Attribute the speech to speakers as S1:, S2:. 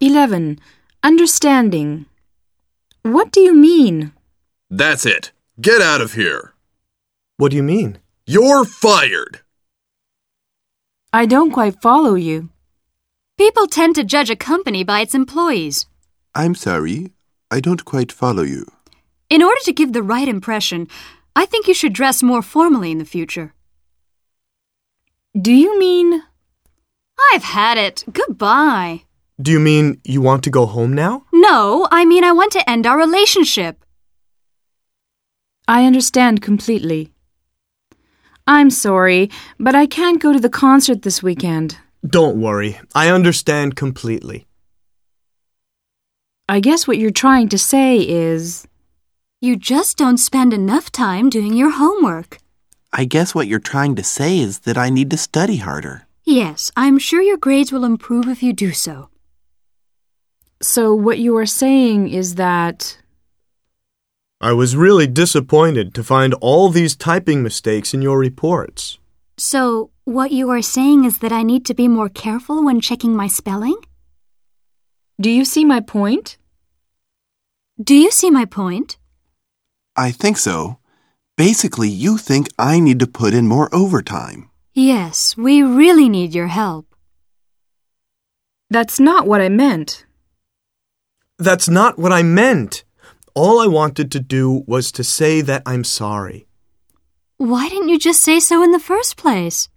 S1: 11. Understanding. What do you mean?
S2: That's it. Get out of here.
S3: What do you mean?
S2: You're fired.
S1: I don't quite follow you.
S4: People tend to judge a company by its employees.
S5: I'm sorry, I don't quite follow you.
S4: In order to give the right impression, I think you should dress more formally in the future.
S1: Do you mean?
S4: I've had it. Goodbye.
S3: Do you mean you want to go home now?
S4: No, I mean I want to end our relationship.
S1: I understand completely. I'm sorry, but I can't go to the concert this weekend.
S3: Don't worry, I understand completely.
S1: I guess what you're trying to say is.
S4: You just don't spend enough time doing your homework.
S5: I guess what you're trying to say is that I need to study harder.
S4: Yes, I'm sure your grades will improve if you do so.
S1: So, what you are saying is that.
S3: I was really disappointed to find all these typing mistakes in your reports.
S4: So, what you are saying is that I need to be more careful when checking my spelling?
S1: Do you see my point?
S4: Do you see my point?
S5: I think so. Basically, you think I need to put in more overtime.
S4: Yes, we really need your help.
S1: That's not what I meant.
S3: That's not what I meant. All I wanted to do was to say that I'm sorry.
S4: Why didn't you just say so in the first place?